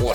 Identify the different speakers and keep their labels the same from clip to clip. Speaker 1: 我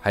Speaker 2: 还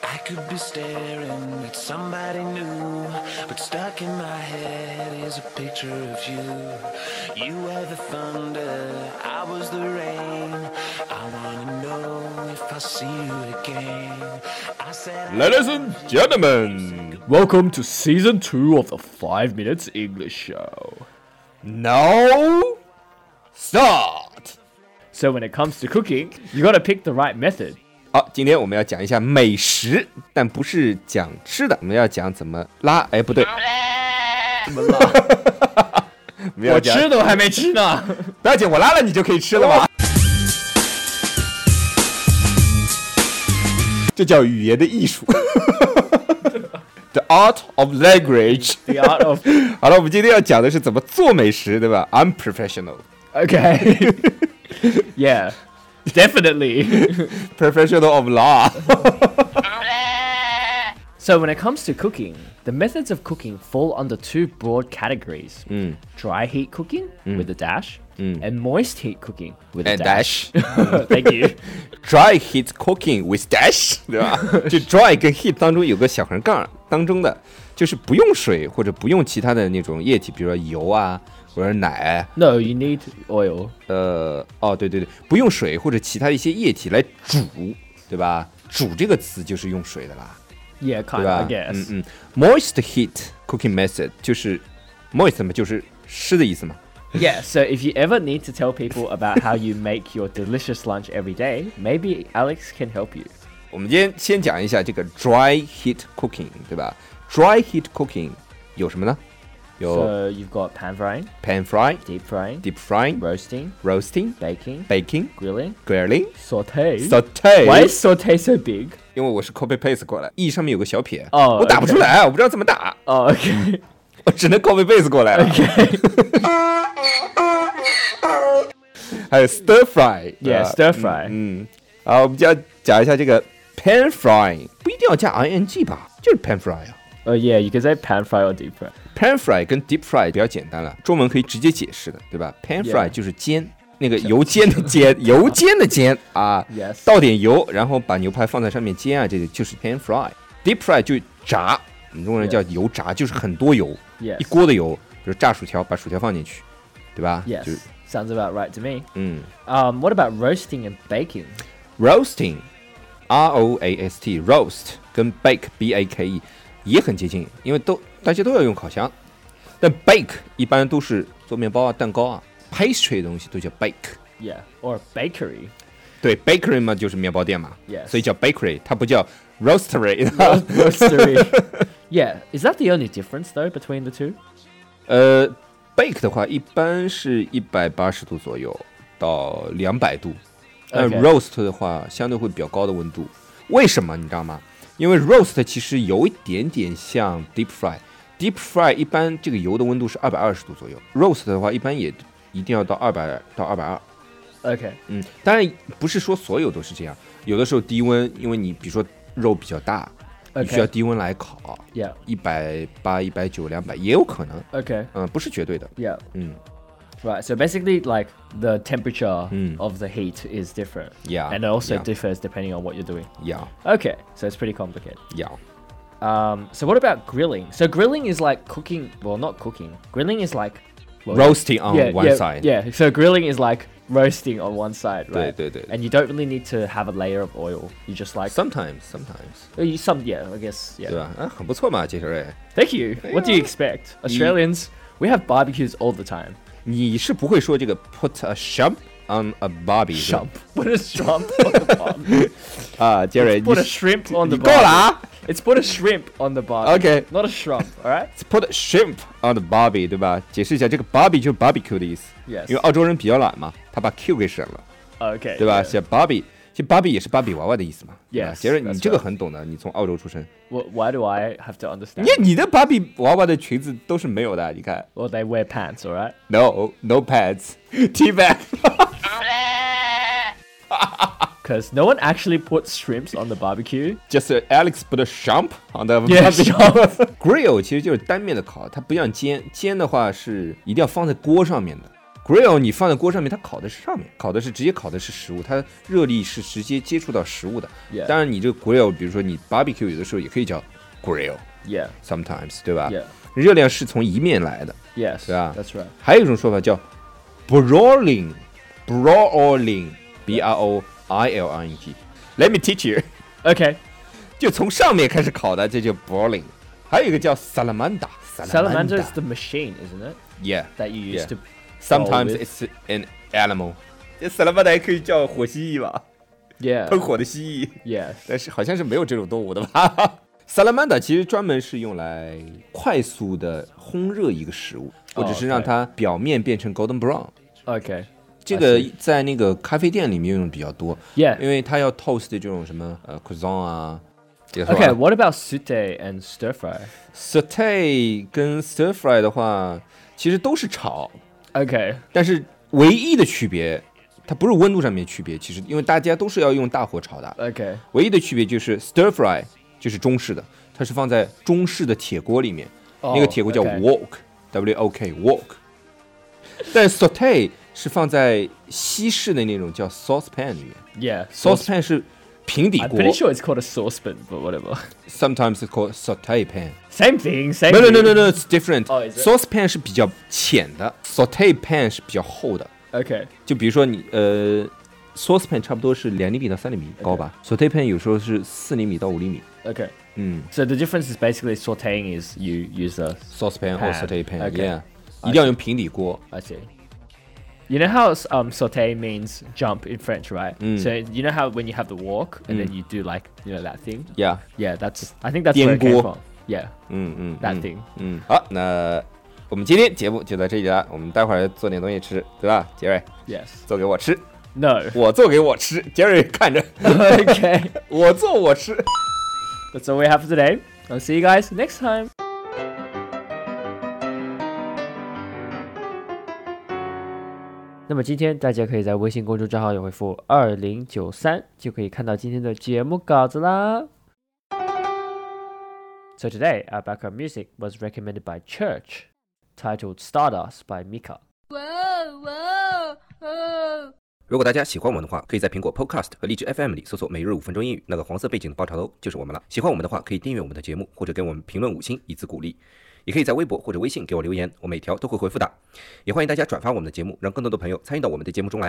Speaker 3: I could be staring at somebody new, but stuck in my head is a picture of you. You were the thunder, I was the rain. I wanna know if I see you again. I said, I
Speaker 4: Ladies and gentlemen, welcome to season two of the Five Minutes English Show.
Speaker 1: No start。
Speaker 4: So when it comes to cooking, you gotta pick the right method.
Speaker 2: 好，今天我们要讲一下美食，但不是讲吃的，我们要讲怎么拉。哎，不对， 我们要讲
Speaker 4: 我吃都还没吃呢。
Speaker 1: 不要紧，我拉了你就可以吃了嘛。这叫语言的艺术
Speaker 2: The Art of Language。
Speaker 4: The art of
Speaker 2: 好了，我们今天要讲的是怎么做美食，对吧？I'm professional。
Speaker 4: okay. yeah, definitely.
Speaker 2: Professional of law，
Speaker 4: So when it comes to cooking, the methods of cooking fall under two broad categories: dry heat cooking with a dash, and moist heat cooking with a
Speaker 2: And
Speaker 4: Mm. dash. Thank you.
Speaker 2: dry heat cooking with dash，对吧？就 dry 跟 heat 当中有个小横杠，当中的就是不用水或者不用其他的那种液体，比如说油啊或者奶，啊
Speaker 4: No, you need oil.
Speaker 2: 呃，哦，对对对，不用水或者其他一些液体来煮，对吧？煮这个词就是用水的啦，
Speaker 4: Yeah,
Speaker 2: 对
Speaker 4: kind
Speaker 2: 吧
Speaker 4: of. I？guess.
Speaker 2: 嗯嗯，moist heat cooking method 就是 moist 嘛，就是湿的意思嘛。
Speaker 4: Yeah, so if you ever need to tell people about how you make your delicious lunch every day, maybe Alex can help you.
Speaker 2: 我们今天先讲一下这个 dry heat cooking，对吧？dry heat cooking 有什么呢？有
Speaker 4: So you've got pan frying,
Speaker 2: pan fry、
Speaker 4: deep frying,
Speaker 2: Oh. deep frying、
Speaker 4: roasting,
Speaker 2: roasting、
Speaker 4: baking,
Speaker 2: baking、
Speaker 4: grilling,
Speaker 2: grilling、
Speaker 4: saute. Why
Speaker 2: saute
Speaker 4: is。saute so big?
Speaker 2: 因为我是 copy paste 过来，e 上面有个小撇，
Speaker 4: 哦
Speaker 2: 我打不
Speaker 4: OK
Speaker 2: 出来，啊我不知道怎么打。
Speaker 4: Oh, okay.
Speaker 2: 我只能 copy paste 过来了。 还有 stir fry，
Speaker 4: Yeah,
Speaker 2: 呃
Speaker 4: stir fry.
Speaker 2: 嗯，啊，我们就要讲一下这个 pan frying，不一定要加 ing 吧，就是 pan fry 啊。
Speaker 4: Oh yeah, you can say pan fry or deep fry.
Speaker 2: pan fry 跟 deep fry 比较简单了，中文可以直接解释的，对吧？pan fry
Speaker 4: Yeah
Speaker 2: 就是煎，那个油煎的煎， 油煎的煎啊
Speaker 4: Yes
Speaker 2: 倒点油，然后把牛排放在上面煎啊，这个就是 pan fry。deep fry 就炸，我们中国人
Speaker 4: Yeah
Speaker 2: 叫油炸，就是很多油。
Speaker 4: Yes.
Speaker 2: 一锅的油，比如炸薯条，把薯条放进去，对吧？
Speaker 4: Yes.
Speaker 2: 就
Speaker 4: Sounds about right to me.
Speaker 2: 嗯
Speaker 4: Um, what about roasting and baking?
Speaker 2: ，roasting，r o a s t，roast 跟 bake b a k e 也很接近，因为都大家都要用烤箱，但 bake 一般都是做面包啊、蛋糕啊、pastry 的东西都叫 bake。
Speaker 4: Yeah. Or bakery.
Speaker 2: 对，bakery 嘛就是面包店嘛
Speaker 4: Yes
Speaker 2: 所以叫 bakery，它不叫 roastery。
Speaker 4: Roastery. yeah. Is that the only difference though between the two?
Speaker 2: 呃，bake 的话一般是一百八十度左右到两百度，但
Speaker 4: OK
Speaker 2: roast 的话相对会比较高的温度。为什么你知道吗？因为 roast 其实有一点点像 deep fry。deep fry 一般这个油的温度是二百二十度左右，roast 的话一般也一定要到二百到二百二。
Speaker 4: Okay.
Speaker 2: 嗯，当然不是说所有都是这样，有的时候低温，因为你比如说肉比较大，你
Speaker 4: OK
Speaker 2: 需要低温来烤，
Speaker 4: Yeah.
Speaker 2: 一百八、一百九、两百也有可能。
Speaker 4: Okay.
Speaker 2: 嗯，不是绝对的。
Speaker 4: Yeah.
Speaker 2: 嗯
Speaker 4: Right. So basically, like the temperature
Speaker 2: Mm.
Speaker 4: of the heat is different.
Speaker 2: Yeah,
Speaker 4: And it also
Speaker 2: yeah.
Speaker 4: differs depending on what you're doing.
Speaker 2: 呀
Speaker 4: Okay. So it's pretty complicated.
Speaker 2: 呀，
Speaker 4: Um, so what about grilling? So grilling is like cooking. Well, not cooking. Grilling is like well,
Speaker 2: roasting on
Speaker 4: yeah,
Speaker 2: one
Speaker 4: yeah,
Speaker 2: side.
Speaker 4: Yeah. So grilling is like roasting on one side,
Speaker 2: Right,
Speaker 4: right?
Speaker 2: right, right.
Speaker 4: And you don't really need to have a layer of oil. You just like
Speaker 2: Sometimes, sometimes，
Speaker 4: uh, you some. Yeah. I guess. Yeah.
Speaker 2: 对吧？啊，很不错嘛，这哎小瑞，
Speaker 4: Thank you. What do you expect? Australians, we have barbecues all the time.
Speaker 2: 你是不会说这个 put a shrimp on a bobby 是吧
Speaker 4: Shump. Put a shrimp on the bottom.
Speaker 2: 啊，杰瑞，你
Speaker 4: Put a shrimp on the
Speaker 2: 你够了
Speaker 4: bottom.
Speaker 2: 啊
Speaker 4: It's put a shrimp on the bottom.
Speaker 2: Okay.
Speaker 4: Not a shrimp, alright?
Speaker 2: ，put shrimp on the bobby 对吧？解释一下，这个 bobby 就是 barbecue 的意思
Speaker 4: Yes
Speaker 2: 因为澳洲人比较懒嘛，他把 q 给省了，
Speaker 4: Okay.
Speaker 2: 对吧？
Speaker 4: yeah.
Speaker 2: 写 bobby，其实 bobby 也是芭比娃娃的意思嘛。对吧
Speaker 4: Yes，
Speaker 2: 杰瑞，你
Speaker 4: that's
Speaker 2: 这个
Speaker 4: right
Speaker 2: 很懂的，你从澳洲出生，
Speaker 4: Wh- Why do I have to understand?
Speaker 2: 你看你的芭比娃娃的裙子都是没有的，你看
Speaker 4: Well, they wear pants, alright?
Speaker 2: no no pants，tea bag，
Speaker 4: Because no one actually puts shrimps on the barbecue.
Speaker 2: Just Alex put a shrimp on the
Speaker 4: Yeah,
Speaker 2: shrimp. Grill 其实就是单面的烤，它不像煎，煎的话是一定要放在锅上面的。Grill 你放在锅上面，它烤的是上面，烤的是直接烤的是食物，它热力是直接接触到食物的。
Speaker 4: Yeah
Speaker 2: 当然，你这个 grill，比如说你 barbecue 有的时候也可以叫 grill
Speaker 4: Yeah.
Speaker 2: sometimes，对吧
Speaker 4: Yeah
Speaker 2: 热量是从一面来的。
Speaker 4: Yes.
Speaker 2: Yeah.
Speaker 4: That's right.
Speaker 2: 还有一种说法叫 broiling，broiling，b r o i l i n g。Let me teach you。
Speaker 4: Okay.
Speaker 2: 就从上面开始烤的，这就 boiling。还有一个叫 salamanda。
Speaker 4: Salamander is the machine, isn't it?
Speaker 2: yeah
Speaker 4: That you used to.
Speaker 2: yeah. Sometimes
Speaker 4: roll with.
Speaker 2: it's an animal。这 salamanda 也可以叫火蜥蜴吧，喷
Speaker 4: Yeah.
Speaker 2: 火的蜥蜴。
Speaker 4: Yes.
Speaker 2: 但是好像是没有这种动物的吧 ？Salamander 其实专门是用来快速的烘热一个食物，
Speaker 4: 哦
Speaker 2: 或者是让
Speaker 4: OK
Speaker 2: 它表面变成 golden brown。
Speaker 4: Okay.
Speaker 2: 这个在那个咖啡店里面用的比较多
Speaker 4: Yeah
Speaker 2: 因为它要 toast 这种什么呃 croissant 啊。这个是吧
Speaker 4: Okay. What about sute and stir fry?
Speaker 2: saute 跟 stir fry 的话，其实都是炒，
Speaker 4: Okay.
Speaker 2: 但是唯一的区别，它不是温度上面的区别，其实因为大家都是要用大火炒的，
Speaker 4: Okay.
Speaker 2: 唯一的区别就是 stir fry 就是中式的，它是放在中式的铁锅里面，
Speaker 4: 哦
Speaker 2: 那个铁锅叫
Speaker 4: OK
Speaker 2: wok，w o k wok，但 saute 是放在西式的那种叫 saucepan 里面
Speaker 4: Yeah. sauce-
Speaker 2: ，saucepan 是平底
Speaker 4: I'm
Speaker 2: 锅
Speaker 4: 啊 pretty sure it's called a saucepan, but whatever.
Speaker 2: ，sometimes it's called saute pan。
Speaker 4: Same thing. Same.
Speaker 2: No no no
Speaker 4: thing.
Speaker 2: no no, it's different.
Speaker 4: 哦，is it？
Speaker 2: Sauce pan 是比较浅的，saute pan 是比较厚的。
Speaker 4: Okay.
Speaker 2: 就比如说你呃，sauce pan 差不多是两厘米到三厘米高吧，saute pan 有时候是四厘米到五厘米。
Speaker 4: Okay.
Speaker 2: 嗯
Speaker 4: So the difference is basically sautéing is you use a
Speaker 2: ，sauce pan 或
Speaker 4: Pan
Speaker 2: saute pan，
Speaker 4: ，OK
Speaker 2: yeah，一定要用平底锅。
Speaker 4: I see. You know how um, saute means jump in French, right? So you know how when you have the walk and then you do like you know that thing.
Speaker 2: Yeah，
Speaker 4: Yeah, that's. I think that's where it came
Speaker 2: 颠锅。
Speaker 4: from. Yeah,
Speaker 2: 嗯嗯
Speaker 4: that thing.
Speaker 2: 嗯。好，那我们今天节目就到这里了，我们待会儿做点东西吃，对吧？杰瑞
Speaker 4: Yes.
Speaker 2: 做给我吃，
Speaker 4: No.
Speaker 2: 我做给我吃，杰瑞看着
Speaker 4: okay.
Speaker 2: 我做我吃。
Speaker 4: That's all we have for today. I'll see you guys next time.那么今天大家可以在微信公众账号有回复二零九三，就可以看到今天的节目稿子啦。So today, our background music was recommended by Church, titled Stardust by Mika.
Speaker 5: Whoa, whoa, whoa.
Speaker 2: 如果大家喜欢我们的话，可以在苹果 Podcast 和荔枝 FM 里搜索“每日五分钟英语”，那个黄色背景的爆炒头就是我们了。喜欢我们的话，可以订阅我们的节目，或者给我们评论五星以资鼓励。也可以在微博或者微信给我留言，我每条都会回复的。也欢迎大家转发我们的节目，让更多的朋友参与到我们的节目中来。